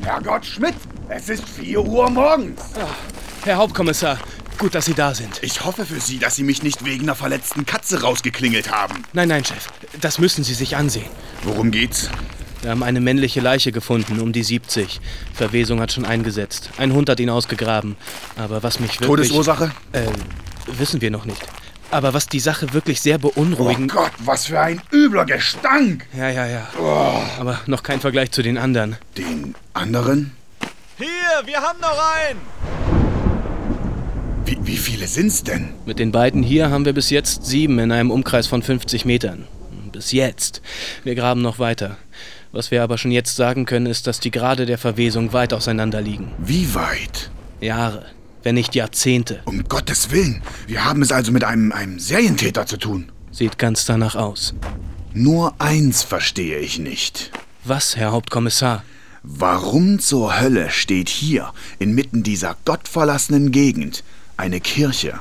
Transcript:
Herrgott Schmidt, es ist 4 Uhr morgens. Herr Hauptkommissar, gut, dass Sie da sind. Ich hoffe für Sie, dass Sie mich nicht wegen einer verletzten Katze rausgeklingelt haben. Nein, nein, Chef, das müssen Sie sich ansehen. Worum geht's? Wir haben eine männliche Leiche gefunden, um die 70. Verwesung hat schon eingesetzt. Ein Hund hat ihn ausgegraben. Aber was mich wirklich... Todesursache? Äh, wissen wir noch nicht. Aber was die Sache wirklich sehr Oh beunruhigend... Gott, was für ein übler Gestank. Ja, ja, ja. Aber noch kein Vergleich zu den anderen. Oh, Den anderen? Hier, wir haben noch einen! Wie, wie viele sind's denn? Mit den beiden hier haben wir bis jetzt sieben in einem Umkreis von 50 Metern. Bis jetzt. Wir graben noch weiter. Was wir aber schon jetzt sagen können, ist, dass die Grade der Verwesung weit auseinander liegen. Wie weit? Jahre, wenn nicht Jahrzehnte. Um Gottes Willen, wir haben es also mit einem, einem Serientäter zu tun. Sieht ganz danach aus. Nur eins verstehe ich nicht. Was, Herr Hauptkommissar? Warum zur Hölle steht hier, inmitten dieser gottverlassenen Gegend, eine Kirche?